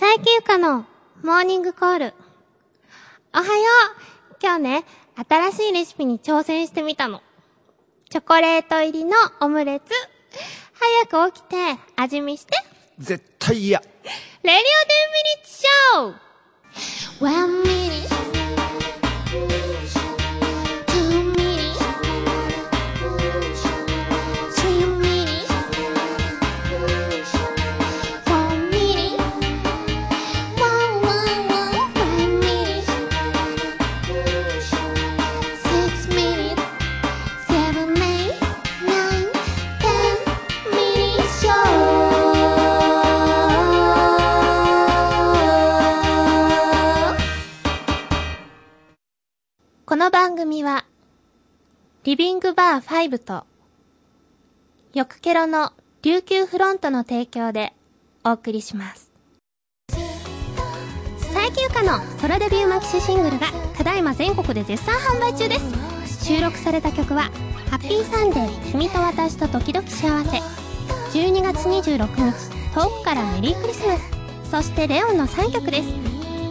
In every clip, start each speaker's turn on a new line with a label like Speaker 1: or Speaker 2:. Speaker 1: 大休暇のモーニングコール。おはよう今日ね、新しいレシピに挑戦してみたの。チョコレート入りのオムレツ。早く起きて、味見して。
Speaker 2: 絶対嫌。
Speaker 1: レディオ10ミニッツショー !1 minute, 2 minute, 3 minute, 4 minute, 1 minute, 6 minute, 7 minute, 9, 10 minute show! この番組は、リビングバー5と、よくケロの琉球フロントの提供でお送りします。最休暇のソロデビューマキシシングルが、ただいま全国で絶賛販売中です。収録された曲は、ハッピーサンデー、君と私と時々幸せ。12月26日、遠くからメリークリスマス。そしてレオンの3曲です。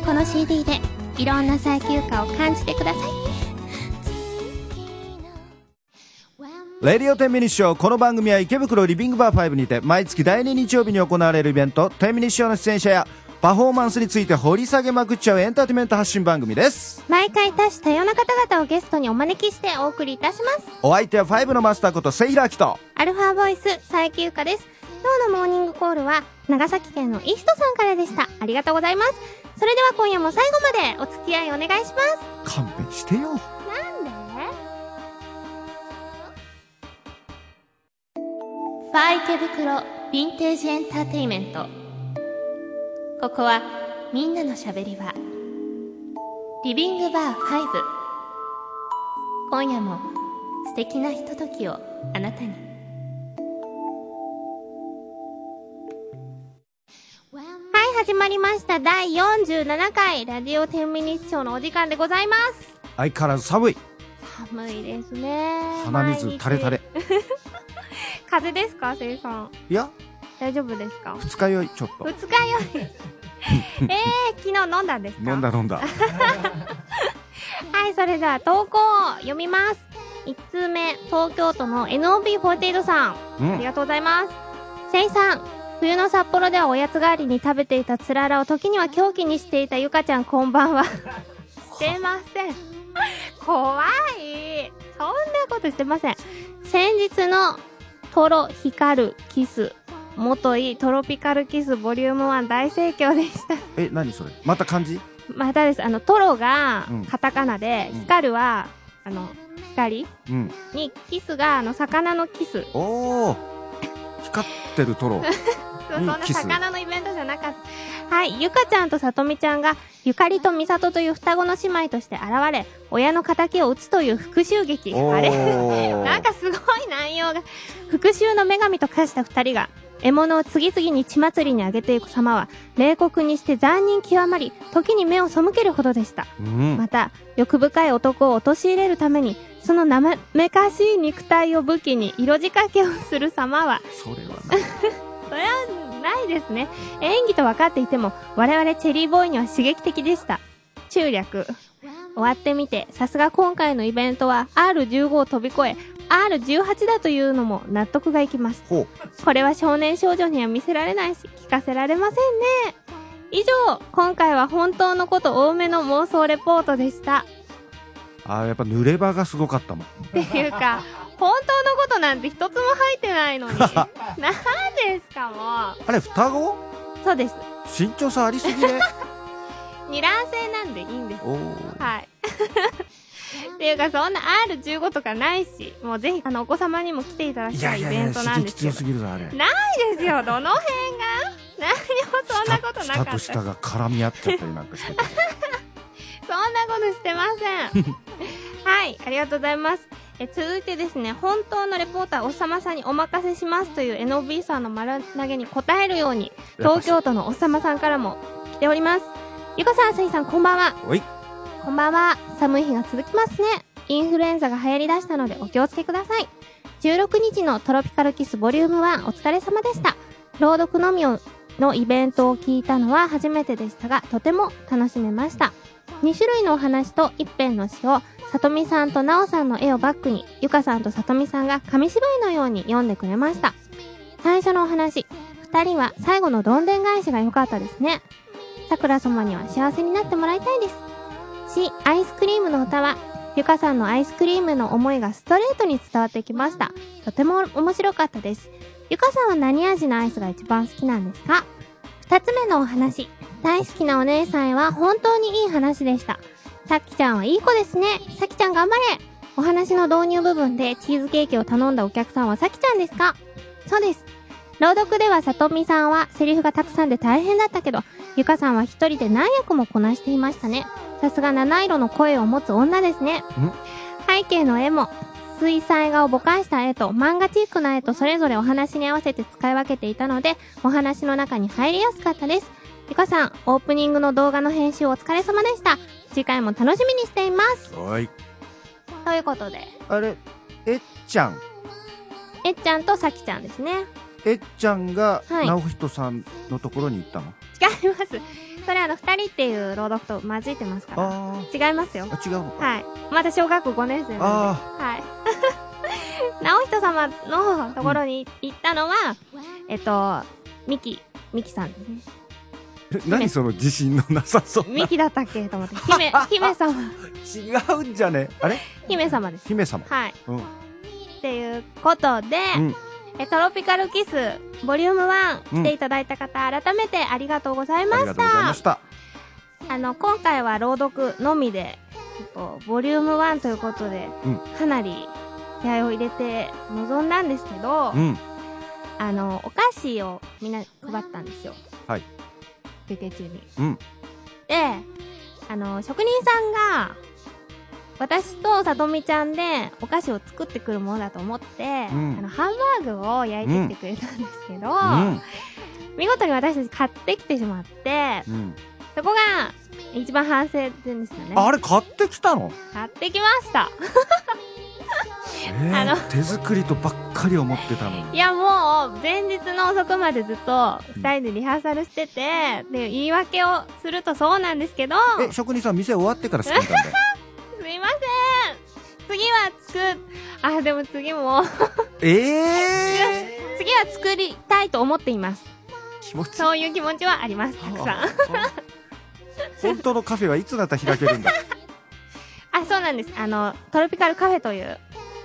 Speaker 1: この CD で、いろんな最休暇を感じてください。
Speaker 2: レディオ10ミニッショー。この番組は池袋リビングバー5にて、毎月第2日曜日に行われるイベント、10ミニッショーの出演者や、パフォーマンスについて掘り下げまくっちゃうエンターテインメント発信番組です。
Speaker 1: 毎回多種多様な方々をゲストにお招きしてお送りいたします。
Speaker 2: お相手は5のマスターことセイラーキと、
Speaker 1: アルファボイス最休暇です。今日のモーニングコールは長崎県のイストさんからでした。ありがとうございます。それでは今夜も最後までお付き合いお願いしま
Speaker 2: 勘弁して
Speaker 1: す。
Speaker 2: よ。
Speaker 1: なんでファイ池袋ヴィンテージエンターテイメント。ここはみんなのしゃべり場。リビングバー5。今夜も素敵なひとときをあなたに。はい、始まりました。第47回ラジオ10ミニッショーのお時間でございます。
Speaker 2: 相変わらず寒い。
Speaker 1: 寒いですね。
Speaker 2: 鼻水垂れ垂れ
Speaker 1: 毎。日。風邪ですか、生産。
Speaker 2: いや、
Speaker 1: 大丈夫ですか
Speaker 2: 二日酔い、ちょっ
Speaker 1: 二日
Speaker 2: と。
Speaker 1: 酔い。 えー、昨日飲んだんですか
Speaker 2: 飲んだ飲んだ。
Speaker 1: はい、それじゃあ投稿を読みます。1通目、東京都の NOB48 さん。
Speaker 2: う
Speaker 1: あり
Speaker 2: ん。
Speaker 1: がとうございます。せいさん、冬の札幌ではおやつ代わりに食べていたつららを時には狂気にしていたゆかちゃんこんば んは。してません。怖い。そんなことしてません。先日のトロ光るキス、元いトロピカルキスボリューム1大盛況でした。
Speaker 2: え、何それまた漢字
Speaker 1: またです。あの、トロが
Speaker 2: うん
Speaker 1: カタカナで、
Speaker 2: うん
Speaker 1: 光るは、あの、光
Speaker 2: うん。
Speaker 1: に、キスが、あの、魚のキス。
Speaker 2: おー。光ってるト ロ。
Speaker 1: そう
Speaker 2: うん
Speaker 1: そんな
Speaker 2: キス
Speaker 1: 魚のイベントじゃなかった。はい、ゆかちゃんとさとみちゃんが、ゆかりとみさとという双子の姉妹として現れ、親の仇を討つという復讐劇。
Speaker 2: お
Speaker 1: あれ
Speaker 2: ー。
Speaker 1: なんかすごい内容が。復讐の女神と化した二人が、獲物を次々に血祭りにあげていく様は、冷酷にして残忍極まり、時に目を背けるほどでした。
Speaker 2: うん。
Speaker 1: また欲深い男を陥れるためにそのなめかしい肉体を武器に色仕掛けをする様は
Speaker 2: それはな。
Speaker 1: それはないですね演技と分かっていても我々チェリーボーイには刺激的でした中略終わってみてさすが今回のイベントは R15 を飛び越え R18 だというのも納得がいきます
Speaker 2: ほう。
Speaker 1: これは少年少女には見せられないし聞かせられませんね以上今回は本当のこと多めの妄想レポートでした
Speaker 2: あー、やっぱ濡れ場がすごかったもん。
Speaker 1: っていうか、本当のことなんて一つも入ってないのに。なんですかも
Speaker 2: あれ、双子
Speaker 1: う。そうです。
Speaker 2: 身長差ありすぎ ね。
Speaker 1: 二卵性なんでいいんです。
Speaker 2: おー。
Speaker 1: はい。っていうか、そんな R15 とかないし、もうぜひ、あの、お子様にも来ていただき
Speaker 2: い
Speaker 1: た
Speaker 2: や
Speaker 1: い
Speaker 2: い
Speaker 1: イ
Speaker 2: やい
Speaker 1: ベ
Speaker 2: や、
Speaker 1: ントな
Speaker 2: 刺
Speaker 1: んで
Speaker 2: 激
Speaker 1: すけ
Speaker 2: 強
Speaker 1: ど
Speaker 2: す。ぎるぞ、あれ。
Speaker 1: ないですよ、どの辺が 何もそんなことなか
Speaker 2: 下
Speaker 1: った
Speaker 2: と
Speaker 1: です。そんな
Speaker 2: 下が絡み合っちゃったりなんかしてて。
Speaker 1: ことしてません。 はい、ありがとうございます。え続いてですね、本当のレポーター、おさまさんにお任せしますという NOB さんの丸投げに答えるように、東京都のおっさまさんからも来ております。ゆかさん、せいさん、こんばんは。
Speaker 2: おい。
Speaker 1: こんばんは。寒い日が続きますね。インフルエンザが流行り出したのでお気をつけください。16日のトロピカルキスボリューム1お疲れ様でした。朗読のみをのイベントを聞いたのは初めてでしたが、とても楽しめました。2種類のお話と一編の詩を、さとみさんとなおさんの絵をバックに、ゆかさんとさとみさんが紙芝居のように読んでくれました。最初のお話、二人は最後のどんでん返しが良かったですね。さくら様には幸せになってもらいたいです。し、アイスクリームの歌は、ゆかさんのアイスクリームの思いがストレートに伝わってきました。とても面白かったです。ゆかさんは何味のアイスが一番好きなんですか二つ目のお話。大好きなお姉さんへは本当にいい話でした。さきちゃんはいい子ですね。さきちゃん頑張れお話の導入部分でチーズケーキを頼んだお客さんはさきちゃんですかそうです。朗読ではさとみさんはセリフがたくさんで大変だったけど、ゆかさんは一人で何役もこなしていましたね。さすが七色の声を持つ女ですね。背景の絵も、水彩画をぼかした絵と漫画チックな絵とそれぞれお話に合わせて使い分けていたので、お話の中に入りやすかったです。ゆかさん、オープニングの動画の編集お疲れ様でした。次回も楽しみにしています。
Speaker 2: はい。
Speaker 1: ということで、
Speaker 2: あれ、えっちゃん。
Speaker 1: えっちゃんとさきちゃんですね。
Speaker 2: えっちゃんが、
Speaker 1: はい
Speaker 2: 直人さんのところに行ったの
Speaker 1: 違います。それあの、二人っていう朗読と混じってますか
Speaker 2: あ
Speaker 1: ら。違いますよ
Speaker 2: ー。。あ、違うのか。
Speaker 1: はい。まだ小学校5年生なんで。
Speaker 2: あ
Speaker 1: はい。 直人様のところに行ったのは、えっと、ミキ、ミキさんですね。
Speaker 2: ー。何その自信のなさそう
Speaker 1: ミ
Speaker 2: な。
Speaker 1: キだったっけと 思って。姫、姫様、
Speaker 2: 違うんじゃねあれ
Speaker 1: 姫様です。
Speaker 2: 姫様。
Speaker 1: はい。
Speaker 2: うん。う
Speaker 1: っていうことで、
Speaker 2: ん。
Speaker 1: えトロピカルキス、ボリューム1、来ていただいた方、改めてありがとうござい
Speaker 2: あ
Speaker 1: ま
Speaker 2: りが
Speaker 1: し
Speaker 2: とうござい
Speaker 1: た
Speaker 2: ま。した。
Speaker 1: あの、今回は朗読のみで、ちょっとボリューム1ということで、
Speaker 2: うん
Speaker 1: かなり気合を入れて臨んだんですけど、
Speaker 2: うん。
Speaker 1: あの、お菓子をみんな配ったんですよ。
Speaker 2: はい。
Speaker 1: 休憩中に。
Speaker 2: うん。
Speaker 1: で、あの、職人さんが、私とさとみちゃんでお菓子を作ってくるものだと思って、
Speaker 2: うん
Speaker 1: あの、ハンバーグを焼いてきてくれたんですけど、
Speaker 2: うん。
Speaker 1: 見事に私たち買ってきてしまって、
Speaker 2: うん。
Speaker 1: そこが一番反省点ですよね。
Speaker 2: あれ、買ってきたの
Speaker 1: 買ってきました。
Speaker 2: え
Speaker 1: あの
Speaker 2: ー手作りとばっかり思ってたのに。
Speaker 1: いやもう、前日の遅くまでずっと二人でリハーサルしてて、で、言い訳をするとそうなんですけど、
Speaker 2: え、職人さん店終わってから作ったんだよ。
Speaker 1: すいません次は作、あ、でも次も、
Speaker 2: ええ
Speaker 1: 次は作りたいと思っています。
Speaker 2: 気持ちいい
Speaker 1: そういう気持ちはあります、たくさん。
Speaker 2: あそう本当のカフェはいつだったら開ける んだ
Speaker 1: あ、そうなんです。あの、トロピカルカフェという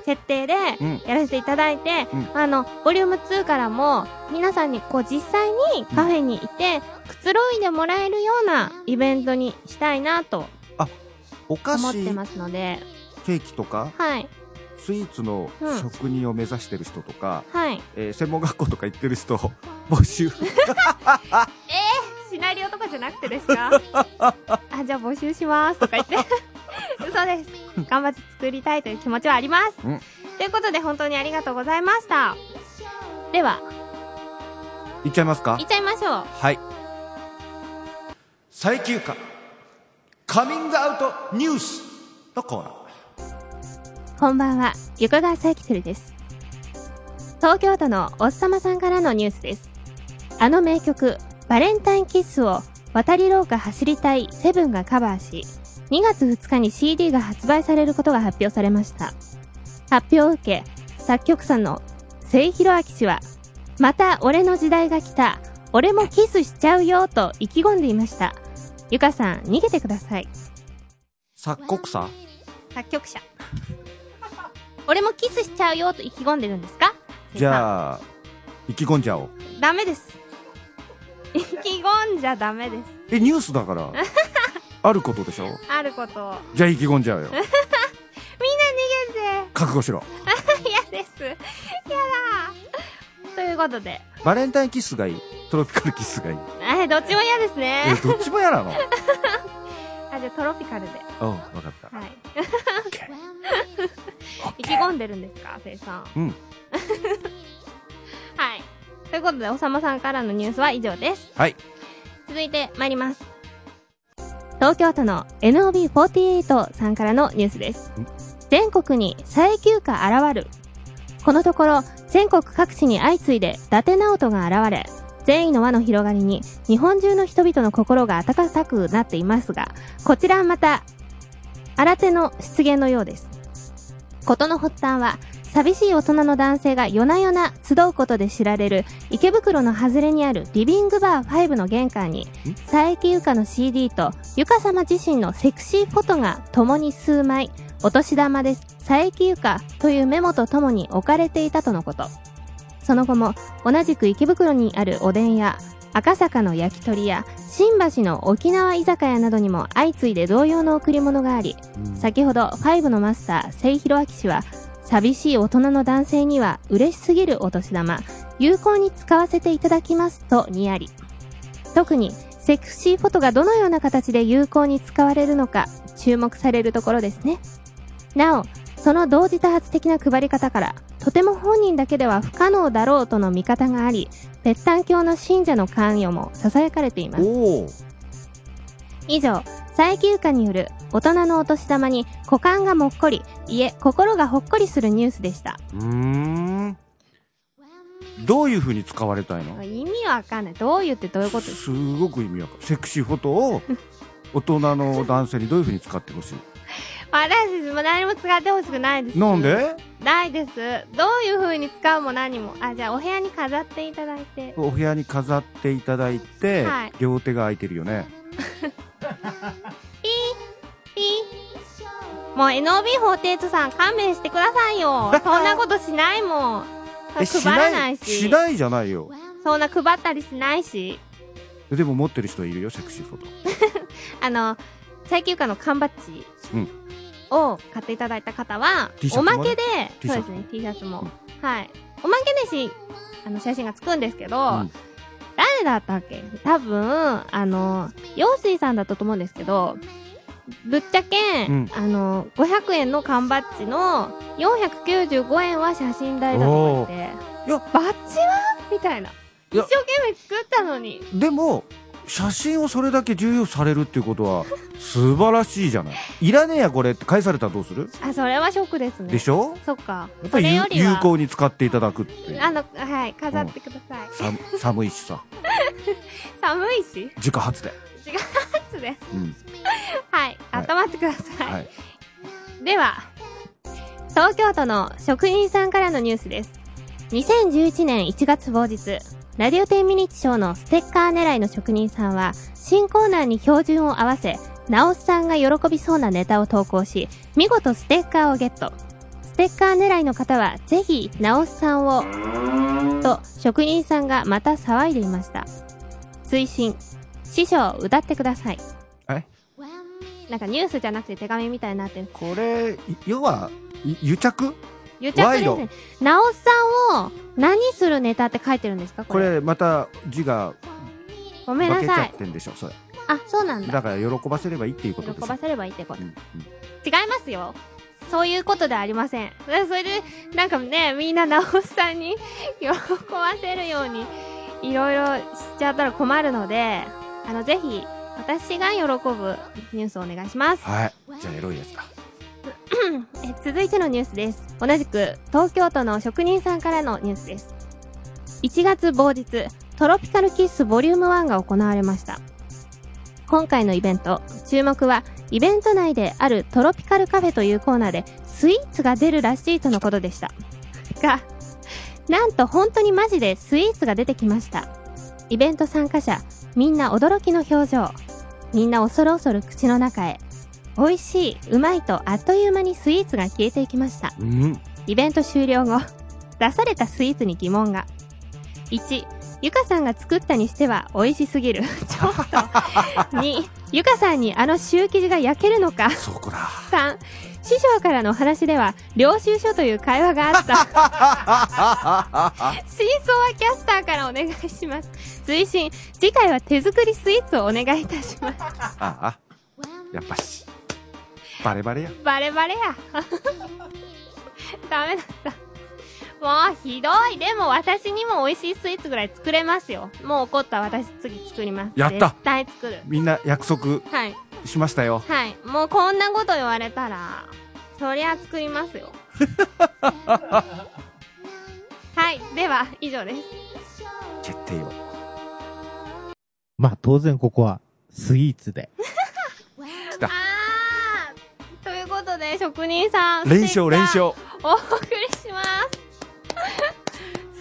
Speaker 1: 設定で
Speaker 2: うん
Speaker 1: やらせていただいて、
Speaker 2: うん
Speaker 1: あの、ボリューム2からも、皆さんにこう実際にカフェにいて、くつろいでもらえるようなイベントにしたいなと
Speaker 2: お菓
Speaker 1: 思っ
Speaker 2: 子
Speaker 1: てますので、
Speaker 2: ケーキとか
Speaker 1: はい、
Speaker 2: スイーツの
Speaker 1: うん
Speaker 2: 職人を目指してる人とか、
Speaker 1: はい。
Speaker 2: えー専門学校とか行ってる人募集
Speaker 1: シナリオとかじゃなくてです かあ、じゃあ募集しますとか言って。嘘です。頑張って作りたいという気持ちはあります。
Speaker 2: うん
Speaker 1: ということで本当にありがとうございました。では、
Speaker 2: 行っちゃいますか
Speaker 1: 行っちゃいましょう。
Speaker 2: はい最休暇カミングアウトニュースのコーナー
Speaker 1: こんばんは、ゆかがサイキセルです。東京都のおっさまさんからのニュースです。あの名曲、バレンタインキッスを渡り廊下走りたいセブンがカバーし、2月2日に CD が発売されることが発表されました。発表を受け、作曲さんの末広明氏は、また俺の時代が来た、俺もキスしちゃうよと意気込んでいました。ゆかさん、逃げてください。
Speaker 2: 作国さ
Speaker 1: 作曲者。俺もキスしちゃうよと意気込んでるんですか
Speaker 2: じゃあ意気込んじゃおう
Speaker 1: あ。ダメです。意気込んじゃダメです。
Speaker 2: えニュースだから あることでしょ
Speaker 1: あることを。みんな
Speaker 2: じゃあ意気込んじゃうよ
Speaker 1: 逃
Speaker 2: 覚悟しろ
Speaker 1: げて。嫌です。嫌だ。ということで。
Speaker 2: バレンタインキッスがいいトロピカルキッスがいい
Speaker 1: えー、どっちも嫌です
Speaker 2: え
Speaker 1: ね。
Speaker 2: どっちも嫌 なの
Speaker 1: あ、じゃあトロピカルで。
Speaker 2: うん分かった
Speaker 1: はい。
Speaker 2: OK
Speaker 1: 意気込んでるんですか、せいさん。
Speaker 2: うん
Speaker 1: はい。ということで、おさまさんからのニュースは以上です。
Speaker 2: はい
Speaker 1: 続いて参ります。東京都の NOB48 さんからのニュースです
Speaker 2: ん。
Speaker 1: 全国に再休暇現る。このところ、全国各地に相次いで伊達直人が現れ、善意の輪の広がりに日本中の人々の心が温かくなっていますがこちらはまた新手の出現のようです事の発端は寂しい大人の男性が夜な夜な集うことで知られる池袋の外れにあるリビングバー5の玄関に佐伯ゆかの CD とゆか様自身のセクシーフォトが共に数枚お年玉です佐伯ゆかというメモとともに置かれていたとのことその後も同じく池袋にあるおでん屋赤坂の焼き鳥屋新橋の沖縄居酒屋などにも相次いで同様の贈り物があり先ほど5のマスター清弘明氏は寂しい大人の男性には嬉しすぎるお年玉有効に使わせていただきますとにやり特にセクシーフォトがどのような形で有効に使われるのか注目されるところですねなおその同時多発的な配り方からとても本人だけでは不可能だろうとの見方があり別誕教の信者の関与も囁かれています
Speaker 2: おお
Speaker 1: 以上佐伯優香による大人のお年玉に股間がもっこりいえ心がほっこりするニュースでした
Speaker 2: うーんどういうふうに使われたいの
Speaker 1: 意味わかんないどう言ってどういうことです
Speaker 2: すごく意味わかるセクシーフォトを大人の男性にどういうふうに使ってほしい
Speaker 1: 私も何も使ってほしくないです
Speaker 2: なんで
Speaker 1: ないですどういう風に使うも何もあじゃあお部屋に飾っていただいて
Speaker 2: お部屋に飾っていただいて、
Speaker 1: はい
Speaker 2: 両手が空いてるよね
Speaker 1: ピーもう NOB48 さん勘弁してくださいよ そんなことしないもん配らないし
Speaker 2: しないじゃないよ
Speaker 1: そんな配ったりしないし
Speaker 2: でも持ってる人いるよセクシーフォト
Speaker 1: あの最休暇の缶バッジ
Speaker 2: うん
Speaker 1: を買っていただいた方は、
Speaker 2: T シャ
Speaker 1: お
Speaker 2: ツもね
Speaker 1: まけで
Speaker 2: T
Speaker 1: そうで
Speaker 2: シャツ
Speaker 1: すね T シャツも、はいおまけでしあの写真がつくんですけど、
Speaker 2: うん
Speaker 1: 誰だったっけ多分あの陽水さんだったと思うんですけどぶっちゃけ、
Speaker 2: うん
Speaker 1: あの500円の缶バッジの495円は写真代だと思って
Speaker 2: ーいや
Speaker 1: バッジはみたいない
Speaker 2: や
Speaker 1: 一生懸命作ったのに
Speaker 2: でも写真をそれだけ重要されるっていうことは素晴らしいじゃないいらねえやこれって返されたらどうする、
Speaker 1: あそれはショックですね
Speaker 2: でしょ
Speaker 1: そっか
Speaker 2: やっぱ
Speaker 1: それ
Speaker 2: り
Speaker 1: より
Speaker 2: 有有
Speaker 1: は
Speaker 2: 効に使っていただくっていう
Speaker 1: あの、はい、飾ってください。
Speaker 2: さ寒いしさ
Speaker 1: 寒いし、
Speaker 2: 自家発電、
Speaker 1: パンツです。
Speaker 2: うん
Speaker 1: はい、
Speaker 2: はい
Speaker 1: 温まってください。
Speaker 2: はい、
Speaker 1: では、東京都の職員さんからのニュースです。2011年1月某日、ラディオ10ミニッチショーのステッカー狙いの職人さんは、新コーナーに標準を合わせ、ナオスさんが喜びそうなネタを投稿し、見事ステッカーをゲット。ステッカー狙いの方は、ぜひ、ナオスさんを、と、職人さんがまた騒いでいました。推進、師匠、歌ってください。
Speaker 2: え
Speaker 1: なんかニュースじゃなくて手紙みたいになってる
Speaker 2: これい要はゆ癒着
Speaker 1: 癒着で
Speaker 2: 賄
Speaker 1: す
Speaker 2: 賂
Speaker 1: ね。なおさんを何するネタって書いてるんですかこ
Speaker 2: こ
Speaker 1: れ。
Speaker 2: れまた字が
Speaker 1: ごめん
Speaker 2: 化
Speaker 1: な
Speaker 2: けちゃ
Speaker 1: さ
Speaker 2: っ
Speaker 1: い。
Speaker 2: てんでしょそれ
Speaker 1: あ、そうなんだ。
Speaker 2: だから喜ばせればいいっていうこと
Speaker 1: 喜
Speaker 2: です
Speaker 1: ば
Speaker 2: よ、
Speaker 1: せればいいってこと。
Speaker 2: う
Speaker 1: 違い
Speaker 2: んうん
Speaker 1: ますよ。そういうことではありません。でそれで、なんかね、みんななおさんに喜ばせるように、いろいろしちゃったら困るので、あの、ぜひ、私が喜ぶニュースをお願いします。
Speaker 2: はいじゃあエロいやつだ
Speaker 1: え続いてのニュースです同じく東京都の職人さんからのニュースです1月某日トロピカルキッスボリューム1が行われました今回のイベント注目はイベント内であるトロピカルカフェというコーナーでスイーツが出るらしいとのことでしたがなんと本当にマジでスイーツが出てきましたイベント参加者みんな驚きの表情みんな恐る恐る口の中へ美味しい、うまいとあっという間にスイーツが消えていきました。
Speaker 2: うん
Speaker 1: イベント終了後、 出されたスイーツに疑問が。1、ゆかさんが作ったにしては美味しすぎる。ち ょっと。2、ゆかさんにあのシュー生地が焼けるのか。
Speaker 2: そこだ
Speaker 1: 3、師匠からのお話では、領収書という会話があった。真相はキャスターからお願いします。推進、次回は手作りスイーツをお願いいたします。
Speaker 2: ああやっぱしバレバレや
Speaker 1: バレバレや。 ダメだった。もうひどい。でも私にも美味しいスイーツぐらい作れますよ。もう怒った私次作ります。
Speaker 2: やった
Speaker 1: 絶対作る。
Speaker 2: みんな約束
Speaker 1: はい。
Speaker 2: しましたよ
Speaker 1: はい。もうこんなこと言われたら、そりゃ作ります よ。はい。では、以上です。
Speaker 2: 決定を
Speaker 3: まあ当然ここはスイーツで。
Speaker 1: あーということで、職人さん、
Speaker 2: 連勝、連
Speaker 1: ステッ
Speaker 2: 勝。
Speaker 1: カーお送りしま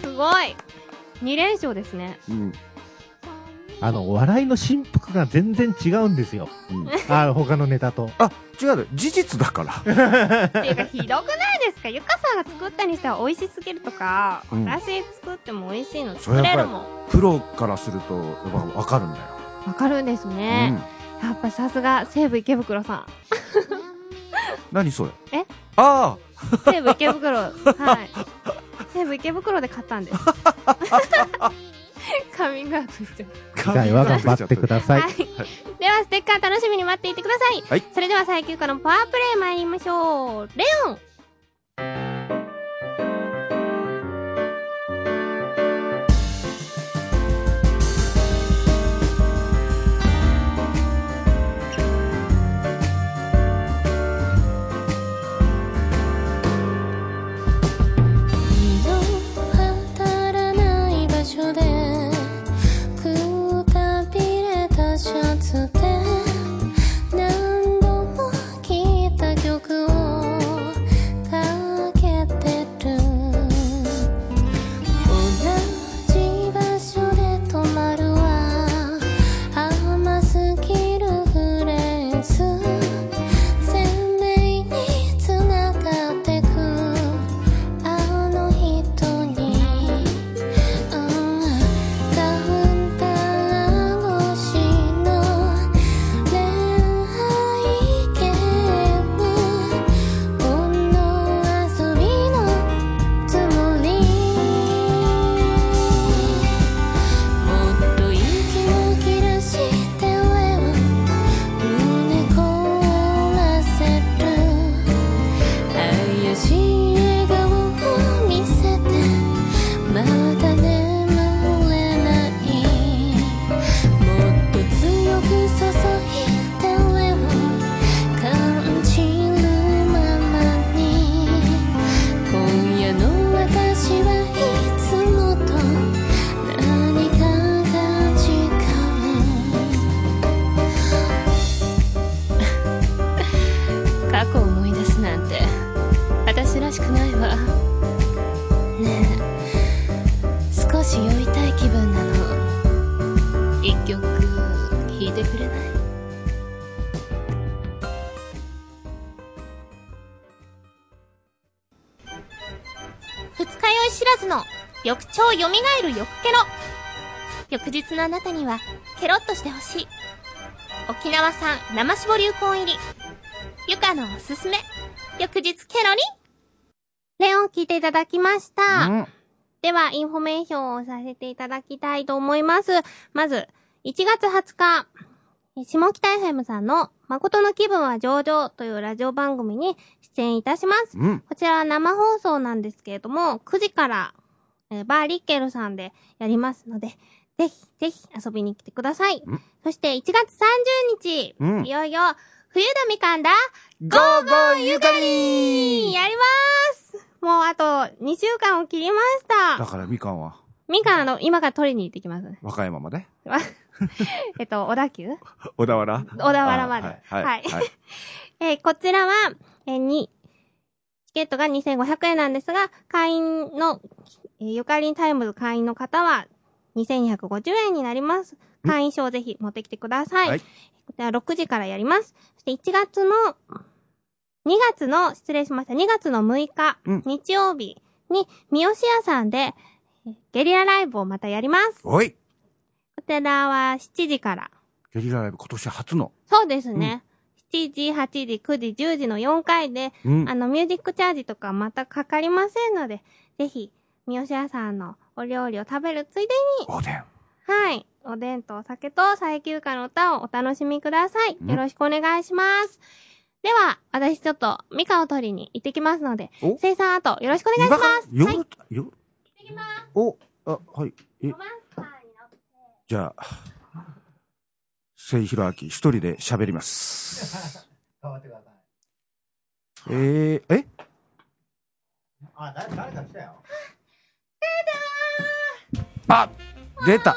Speaker 1: す。 すごい。2連勝ですね。
Speaker 2: うん。
Speaker 3: あの、お笑いの振幅が全然違うんですよ。
Speaker 2: うん
Speaker 3: あの、他のネタと。
Speaker 2: あ、違うよ。事実だから。
Speaker 1: っ ていうか、ひどくないですかゆかさんが作ったにしては美味しすぎるとか、
Speaker 2: うん
Speaker 1: 私作っても美味しいの
Speaker 2: そ
Speaker 1: 作
Speaker 2: れやっぱ
Speaker 1: れ
Speaker 2: り
Speaker 1: るもん。
Speaker 2: プロからすると、やっぱわかるんだよ。
Speaker 1: わかるんですね。
Speaker 2: うん。
Speaker 1: やっぱさすが西武池袋 さん。
Speaker 2: 何それ。
Speaker 1: え
Speaker 2: ああ
Speaker 1: 西武池袋、はい。西武池袋で買ったんです。 カミングアウトしてる
Speaker 3: 次回は頑張ってく
Speaker 2: さ
Speaker 3: ださい。
Speaker 1: はい。では、ステッカー楽しみに待っていてください。
Speaker 2: はい
Speaker 1: それでは最強化のパワープレイ参りましょう。レオン
Speaker 4: 当たらない場所でくたびれたシャツで何度も聴いた曲をかけてる同じ場所で止まるは甘すぎるフレーズ鮮明に繋がってくあの人にカウンター越しの恋愛ゲームこの遊びのつもりもっと息を切らしてレオ胸凍らせる怪しい笑顔を見せてまだ眠れないもっと強く注いでれを感じるままに今夜の私はいつもと何かが違う 過去を思い出すなんて私らしくないわねえ少し酔いたい気分なの一曲弾いてくれない
Speaker 1: 二日酔い知らずの翌朝蘇る翌ケロ翌日のあなたにはケロッとしてほしい沖縄産生絞流行入りゆかのおすすめ翌日ケロリンレオン聞いていただきました、
Speaker 2: うん
Speaker 1: ではインフォメーションをさせていただきたいと思いますまず1月20日下北 FM さんの誠の気分は上々というラジオ番組に出演いたします
Speaker 2: うん。
Speaker 1: こちらは生放送なんですけれども、9時から、えーバーリッケルさんでやりますので、ぜひ、ぜひ遊びに来てください
Speaker 2: うん。
Speaker 1: そして1月30日、
Speaker 2: うん
Speaker 1: いよいよ、冬だみかんだ、
Speaker 2: ゴーゴーゆか
Speaker 1: やり
Speaker 2: り
Speaker 1: ますもうあと2週間を切りまし
Speaker 2: だ
Speaker 1: た。
Speaker 2: からみかんは、
Speaker 1: みかんあの、今から取りに行ってきます。
Speaker 2: 和歌山まで、
Speaker 1: えっと、小田急
Speaker 2: 小田原
Speaker 1: 小田原まで
Speaker 2: あは
Speaker 1: は
Speaker 2: い。はいい。はい
Speaker 1: えーこちらは、えーに、チケットが2500円なんですが、会員の、えーゆかりんタイムズ会員の方は、2250円になります。会員証をぜひ持ってきてください。
Speaker 2: はい
Speaker 1: こちら6時からやります。そして1月の、2月の、失礼しました、2月の6日、
Speaker 2: うん
Speaker 1: 日曜日に、三好屋さんで、えーゲリラライブをまたやります。こ
Speaker 2: おい
Speaker 1: ちらは7時から。
Speaker 2: ゲリラライブ今年初の。
Speaker 1: そうですね。7時、8時、9時、10時の4回で、
Speaker 2: うん
Speaker 1: あ。の、ミュージックチャージとかまたかかりませんので、ぜひ、三好屋さんのお料理を食べるついで
Speaker 2: おでん。
Speaker 1: に、はい、おでんとお酒と最休暇の歌をお楽しみください。
Speaker 2: うん
Speaker 1: よろしくお願いします。では、私ちょっと、みかんを取りに行ってきますので、
Speaker 2: お
Speaker 1: 生産後よろしくお願いします。
Speaker 2: 今
Speaker 1: はい
Speaker 2: 夜、夜お、あ、はい。え、じゃあ、せいひろあき一人で喋り ます。
Speaker 3: 頑張ってください。
Speaker 2: えー、え
Speaker 3: あ、誰か来たよ。
Speaker 2: あ出た
Speaker 1: あ、来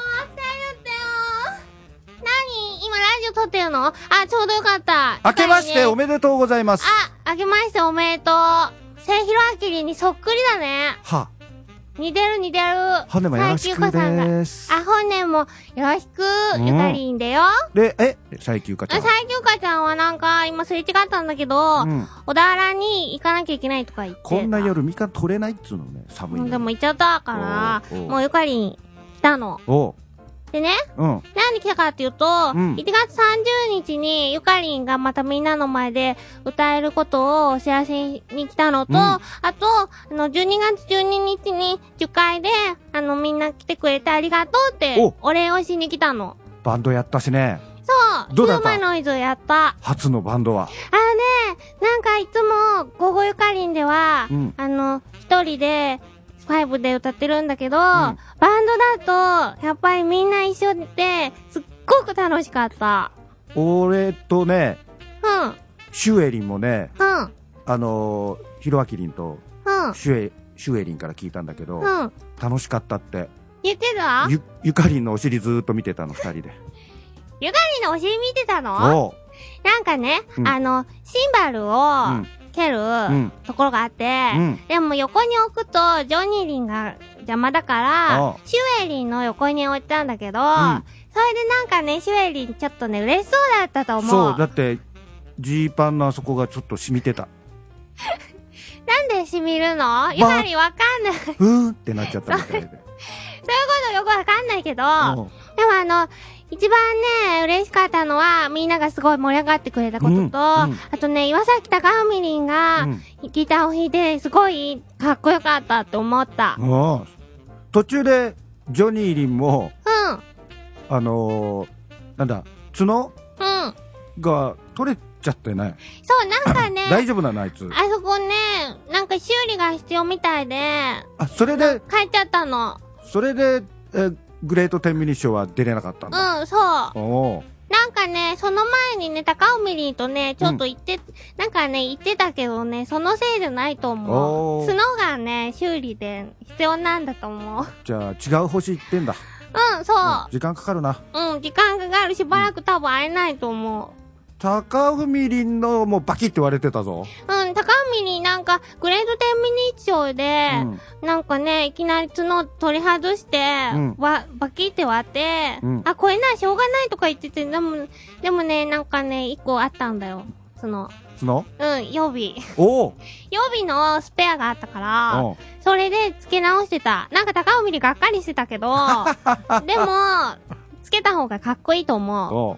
Speaker 1: たよを撮ってるのあ、ちょうどよかった。
Speaker 2: 明けましてお
Speaker 1: め
Speaker 2: めでとうございます。
Speaker 1: あ、明けましておめでとう。せいひろあきりにそっくりだね。
Speaker 2: は、
Speaker 1: 似てる似てる。
Speaker 2: はねもよろしく
Speaker 1: さあきゅうこさんが
Speaker 2: です。
Speaker 1: あ、本年もよろしく、
Speaker 2: うん
Speaker 1: ゆかりんだよ。
Speaker 2: で、え、最休暇ちゃ
Speaker 1: 最
Speaker 2: ん。
Speaker 1: 強かちゃんはなんか、今すれ違ったんだけど、
Speaker 2: うん。
Speaker 1: 小田原に行かなきゃいけないとか言ってた。
Speaker 2: こんな夜みかん取れないっつうのね、寒
Speaker 1: も
Speaker 2: いの
Speaker 1: う
Speaker 2: に。
Speaker 1: でも行っちゃったから、
Speaker 2: おうおう
Speaker 1: もうゆかりん、来たの。
Speaker 2: おう
Speaker 1: でね、
Speaker 2: うん。
Speaker 1: なんで来たかっていうと、
Speaker 2: ん
Speaker 1: 1月30日にゆかりんがまたみんなの前で歌えることをお知らせに来たのと、
Speaker 2: うん
Speaker 1: あと、あの、12月12日に受会で、あの、みんな来てくれてありがとうって
Speaker 2: お、
Speaker 1: お礼をしに来たの。
Speaker 2: バンドやったしね。
Speaker 1: そう、
Speaker 2: どうだった
Speaker 1: ヒューマノイズをやった。
Speaker 2: 初のバンドは。
Speaker 1: あのね、なんかいつも、午後ゆかりんでは、
Speaker 2: うん
Speaker 1: あの、一人で、ファイブで歌ってるんだけど、バンドだと、やっぱりみんな一緒で、すっごく楽しかった。
Speaker 2: 俺とね、
Speaker 1: うん、うん、
Speaker 2: シュエリンもね、
Speaker 1: うん、
Speaker 2: あのー、ヒロアキリンと
Speaker 1: うん、
Speaker 2: シュエ、シュエリンから聞いたんだけど、
Speaker 1: うん。
Speaker 2: 楽しかったって。
Speaker 1: 言ってたゆ
Speaker 2: ゆ、ゆかりんのお尻ずーっと見てたの、二人で。
Speaker 1: かりのお尻見てたの
Speaker 2: おう。
Speaker 1: なんかね、
Speaker 2: うん
Speaker 1: あの、シンバル
Speaker 2: う
Speaker 1: を
Speaker 2: ん。
Speaker 1: 蹴る
Speaker 2: ん
Speaker 1: ところがあって、
Speaker 2: うん。
Speaker 1: でも横に置くと、ジョニーリンが邪魔だから
Speaker 2: ああ、
Speaker 1: シュエリンの横に置いたんだけど、
Speaker 2: ん
Speaker 1: それでなんかね、シュエリンちょっとね、嬉しそうだったと思う。
Speaker 2: そう、だって、ジーパンのあそこがちょっと染み てた。
Speaker 1: なんで染みるのゆかりわかんない。 そういう
Speaker 2: うーんってなっちゃったみたいで。
Speaker 1: ことよくわかんないけど、
Speaker 2: おう
Speaker 1: で もあの、一番ね、嬉しかったのは、みんながすごい盛り上がってくれたことと、
Speaker 2: うんうん
Speaker 1: あとね、岩崎高文りんが、
Speaker 2: うん
Speaker 1: ギターを弾いて、すごいかっこよかったって思った。うん。
Speaker 2: おう途中で、ジョニーリンも、あのー、なんだ、角
Speaker 1: うん。
Speaker 2: が取れちゃってない。
Speaker 1: そう、なんかね、
Speaker 2: 大丈夫なの、あいつ。
Speaker 1: あそこね、なんか修理が必要みたいで、
Speaker 2: あ、それで、
Speaker 1: 帰っちゃったの。
Speaker 2: それで、えーグレートテンミニ賞は出れなかったんだ。
Speaker 1: うん、そう。な
Speaker 2: おう。
Speaker 1: んかね、その前にね、高尾ミリーとね、ちょっと行って、なんかね、行ってたけどね、そのせいじゃないと思
Speaker 2: お
Speaker 1: う。
Speaker 2: ー
Speaker 1: スノーがね、修理で必要なんだと思う。
Speaker 2: じゃあ、違う星行ってんだ。
Speaker 1: うん、そう。
Speaker 2: うん時間かかるな。
Speaker 1: うん、時間かかるしばらく多分会えないと思う。
Speaker 2: 高文りんの、もうバキって割れてたぞ。
Speaker 1: うん、高見になんか、グレード10ミニッチョで、
Speaker 2: うん
Speaker 1: なんかね、いきなり角取り外して、
Speaker 2: うん
Speaker 1: わ、バキって割って、
Speaker 2: うん
Speaker 1: あ、これならしょうがないとか言ってて、でも、でもね、なんかね、一個あったんだよ。その、
Speaker 2: 角
Speaker 1: うん、予備。
Speaker 2: おう。
Speaker 1: 予備のスペアがあったから、
Speaker 2: おう
Speaker 1: それで付け直してた。なんか高尾美里がっかりしてたけ ど、でも、付けた方がかっこいいと思う。
Speaker 2: おう。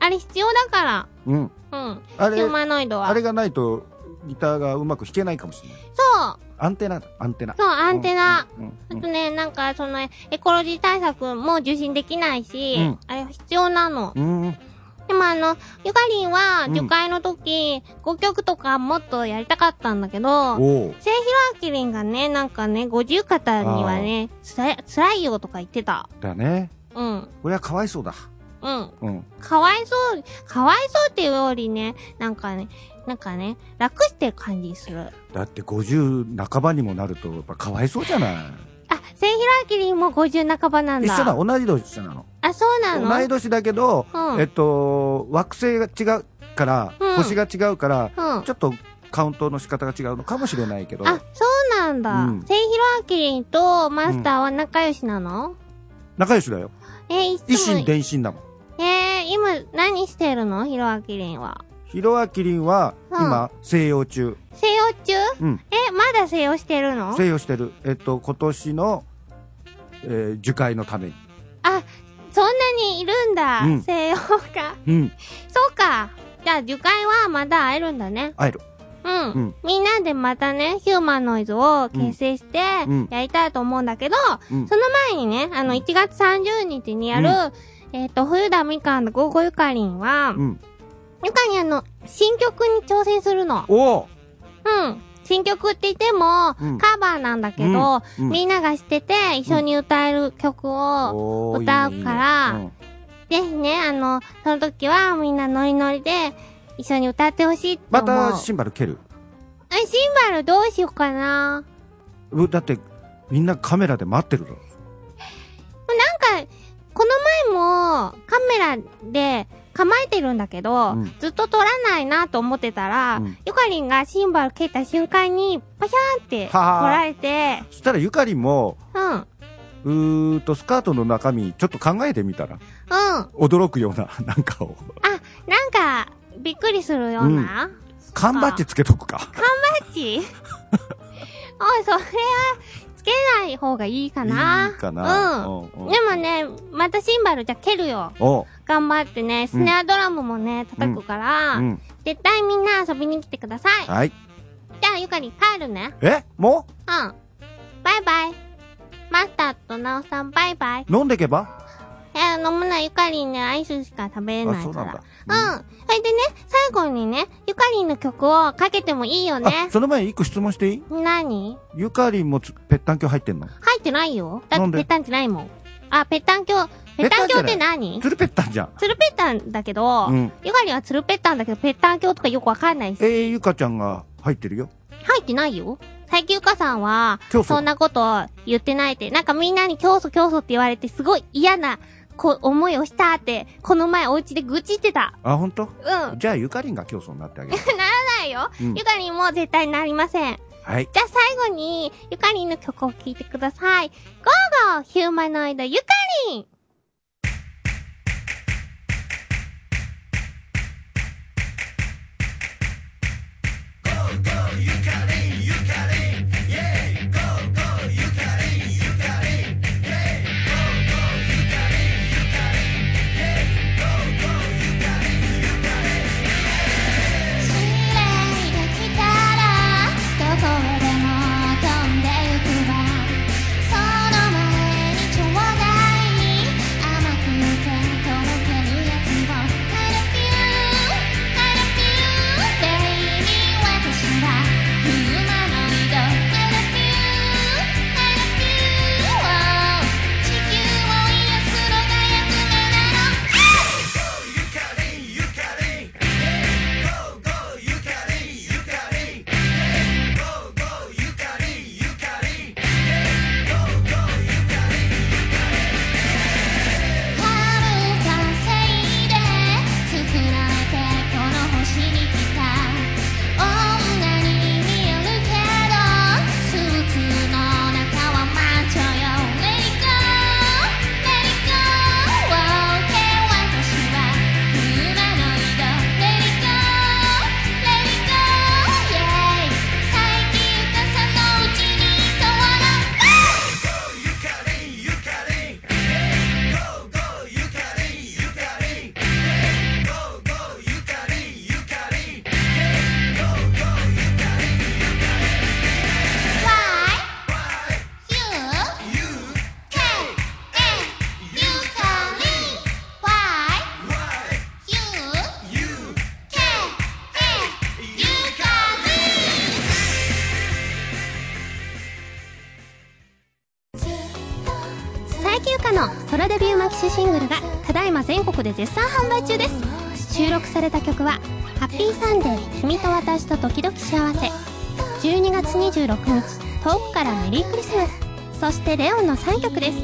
Speaker 1: あれ必要だか
Speaker 2: うん。
Speaker 1: ら。うん。
Speaker 2: あれ
Speaker 1: ヒュー、マノイドは。
Speaker 2: あれがないとギターがうまく弾けないかもしれない。
Speaker 1: そう、
Speaker 2: アンテナだ、アンテナ。
Speaker 1: そう、アンテナ。
Speaker 2: うんうん
Speaker 1: あとね、なんか、その、エコロジー対策も受信できないし、
Speaker 2: うん
Speaker 1: あれ必要なの。
Speaker 2: うん。うん
Speaker 1: でもあの、ゆかりんは、
Speaker 2: うん
Speaker 1: 受会の時、5曲とかもっとやりたかったんだけど、
Speaker 2: おう。
Speaker 1: せいひろあきりんがね、なんかね、50方にはね、つらい、辛いよとか言ってた。
Speaker 2: だね。
Speaker 1: うん。
Speaker 2: これはかわいそうだ。
Speaker 1: うん。
Speaker 2: うん。
Speaker 1: かわいそう、かわいそうっていうよりね、なんかね、なんかね、楽してる感じする。
Speaker 2: だって50半ばにもなると、やっぱかわいそうじゃない。
Speaker 1: あ、せいひろあきりんも50半ばなんだ。
Speaker 2: 一緒だ、同じ年なの。
Speaker 1: あ、そうなの
Speaker 2: 同い年だけど、
Speaker 1: うん
Speaker 2: えっと、惑星が違うから、
Speaker 1: うん
Speaker 2: 星が違うから、
Speaker 1: うん。
Speaker 2: ちょっとカウントの仕方が違うのかもしれないけど、
Speaker 1: あ、そうなんだ。
Speaker 2: うん
Speaker 1: セイヒロアキリンとマスターは仲良しなの、
Speaker 2: 仲良しだよ。
Speaker 1: えーいつも。
Speaker 2: 一心伝心だもん。
Speaker 1: えー今何してるのヒロアキリンは。
Speaker 2: ヒロアキリンは、
Speaker 1: うん
Speaker 2: 今、静養中。
Speaker 1: 西洋中
Speaker 2: うん。
Speaker 1: え、まだ西洋してるの
Speaker 2: 静養してる。えっと、今年の、えー受会のために。
Speaker 1: あ、そんなにいるんだ。
Speaker 2: うん
Speaker 1: 西洋が。
Speaker 2: うん。
Speaker 1: そうか。じゃあ、受会はまだ会えるんだね。
Speaker 2: 会える。
Speaker 1: うん。
Speaker 2: うん
Speaker 1: みんなでまたね、ヒューマンノイズを結成して
Speaker 2: うんうん、
Speaker 1: やりたいと思うんだけど、
Speaker 2: うん
Speaker 1: その前にね、あの、1月30日にやる、
Speaker 2: う
Speaker 1: えっ、と、冬田みかんのゴーゴゆかりんは、
Speaker 2: うん。
Speaker 1: ゆかりんあの、新曲に挑戦するの。
Speaker 2: おお
Speaker 1: うん。新曲って言っても、
Speaker 2: うん
Speaker 1: カバーなんだけど、
Speaker 2: うんうん
Speaker 1: みんなが知ってて、一緒に歌える曲を、
Speaker 2: おー
Speaker 1: 歌う
Speaker 2: いいね
Speaker 1: から
Speaker 2: いいねうん
Speaker 1: ぜひね、あの、その時はみんなノリノリで、一緒に歌ってほしいと
Speaker 2: ま
Speaker 1: 思う。
Speaker 2: たシンバル蹴る
Speaker 1: えシンバルどうしようかな。
Speaker 2: うだってみんなカメラで待ってるぞ
Speaker 1: なんか、この前も、カメラで、構えてるんだけど、
Speaker 2: うん
Speaker 1: ずっと取らないなと思ってたら、
Speaker 2: うん
Speaker 1: ゆかりんがシンバル蹴った瞬間に、パシャーンって取
Speaker 2: はあ
Speaker 1: られて、
Speaker 2: そしたらゆかりも、
Speaker 1: うん、うん。
Speaker 2: うーっとスカートの中身、ちょっと考えてみたら、
Speaker 1: あ、
Speaker 2: 驚くような、 なんかを。
Speaker 1: なんか、びっくりするような、
Speaker 2: 缶バッジつけとくか。
Speaker 1: タッ チおい、それは、つけない方がいいかな。
Speaker 2: いいかな。
Speaker 1: うん。
Speaker 2: うんうん
Speaker 1: でもね、またシンバルじゃ蹴るよ。
Speaker 2: おう
Speaker 1: 頑張ってね、スネアドラムもね、叩くから、
Speaker 2: うん。
Speaker 1: 絶対みんな遊びに来てください。
Speaker 2: はい。
Speaker 1: じゃあ、ゆかり帰るね。
Speaker 2: えも
Speaker 1: うん。バイバイ。マスターとなおさん、バイバイ。
Speaker 2: う飲んでけば
Speaker 1: えー、飲むなゆかりんね、アイスしか食べれな
Speaker 2: あ、
Speaker 1: い
Speaker 2: そう
Speaker 1: か
Speaker 2: なん
Speaker 1: ら
Speaker 2: だ。。
Speaker 1: うん。それでね、最後にね、ゆかりんの曲をかけてもいいよね
Speaker 2: あ、。その前に一個質問していい
Speaker 1: 何
Speaker 2: ゆかりもつぺったんきょ入ってんの
Speaker 1: 入ってないよ。だっ
Speaker 2: なん
Speaker 1: て
Speaker 2: で
Speaker 1: ぺったんじゃないもん。あ、ぺったんきょう、ぺったんきょうって何
Speaker 2: つるぺったんじゃん。
Speaker 1: つるぺったんだけど、
Speaker 2: うん。
Speaker 1: ゆかりんはつるぺったんだけど、ぺったんきょうとかよくわかんないし。
Speaker 2: えー、ゆかちゃんが入ってるよ。
Speaker 1: 入ってないよ。最近ゆかさんは、
Speaker 2: 教祖
Speaker 1: そんなこと言ってないって、なんかみんなに教祖教祖って言われて、すごい嫌な、こう、思いをしたって、この前お家で愚痴ってた。
Speaker 2: あ、ほんと
Speaker 1: うん。な
Speaker 2: じゃあ、ゆかりんが教祖に なってあげる。
Speaker 1: いよ。
Speaker 2: うん
Speaker 1: ゆかりんも絶対なりません。
Speaker 2: はい。
Speaker 1: じゃあ最後に、ゆかりんの曲を聴いてください。ゴーゴーヒューマノイドゆかりん
Speaker 5: 「未来が来たらどこへでも飛んで行くわ」「その前にちょうだい」「甘く受け届けるやつを」「I love you, I love you, baby」「私はヒューマノイド」「I love you, I love you」「地球を癒すのが役目なの」「春がせいで作られてこの星に来た」「女に見えるけどスーツの中はマッチョよ」「レイゴーレイゴー」「OK 私は夢の色」「レイゴーレイゴー」「イェイ」「最近傘のうちに触ろう」Y U K N ゆかりん Y U K N ゆか
Speaker 1: 最休暇のソロデビューマキシシングルがただいま全国で絶賛販売中です収録された曲は「ハッピーサンデー君と私と時々幸せ」12月26日遠くからメリークリスマスそしてレオンの3曲です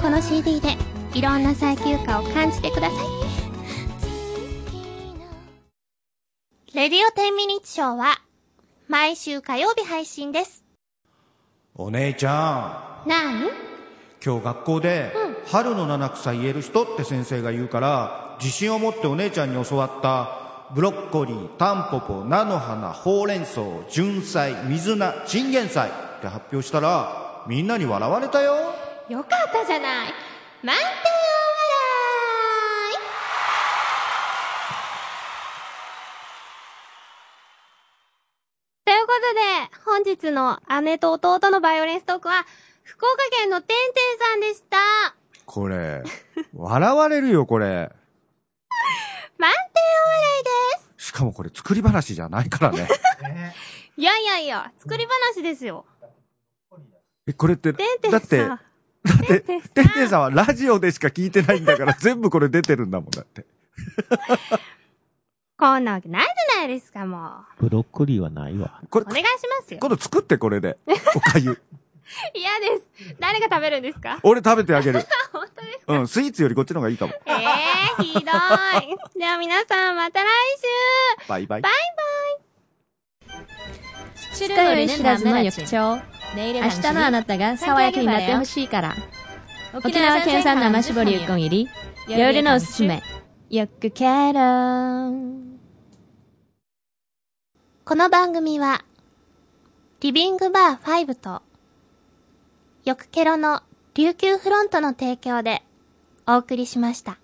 Speaker 1: この CD でいろんな最休暇を感じてくださいレディオ10ミニッツショーは毎週火曜日配信です
Speaker 2: お姉ちゃん、
Speaker 1: 何
Speaker 2: 今日学校で、春の七草言える人って先生が言うから、自信を持ってお姉ちゃんに教わった、ブロッコリー、タンポポ、菜の花、ほうれん草、純菜、水菜、チンゲン菜って発表したら、みんなに笑われたよ。
Speaker 1: よかったじゃない満点お笑いということで、本日の姉と弟のバイオレンストークは、福岡県のてんてんさんでした
Speaker 2: これ、笑われるよ、これ。
Speaker 1: 満点お笑いです
Speaker 2: しかもこれ作り話じゃないからね。
Speaker 1: いやいやいや、作り話ですよ。
Speaker 2: え、これって、
Speaker 1: てんてん
Speaker 2: だ
Speaker 1: さ
Speaker 2: って、
Speaker 1: ん。
Speaker 2: だって、てんてんさんはラジオでしか聞いてないんだから、全部これ出てるんだもん、だって。
Speaker 1: こんなわけないじゃないですか、もう。
Speaker 3: ブロッコリーはないわ。
Speaker 2: これ
Speaker 1: お、願いしますよ。
Speaker 2: 今度作って、これで。おかゆ。
Speaker 1: 嫌です。誰が食べるんですか
Speaker 2: 俺食べてあげる。
Speaker 1: 本当ですか
Speaker 2: うん、スイーツよりこっちの方がいいかも。
Speaker 1: ええー、 ひどい。では皆さんまた来週
Speaker 2: バイバイ
Speaker 1: バイ。
Speaker 4: 知るより知らずの翌朝明日のあなたが爽やかになってほしいから沖縄県産生絞りうこん入り夜のおすすめよくケロ
Speaker 1: この番組は、リビングバー5と、よくケロの琉球フロントの提供でお送りしました。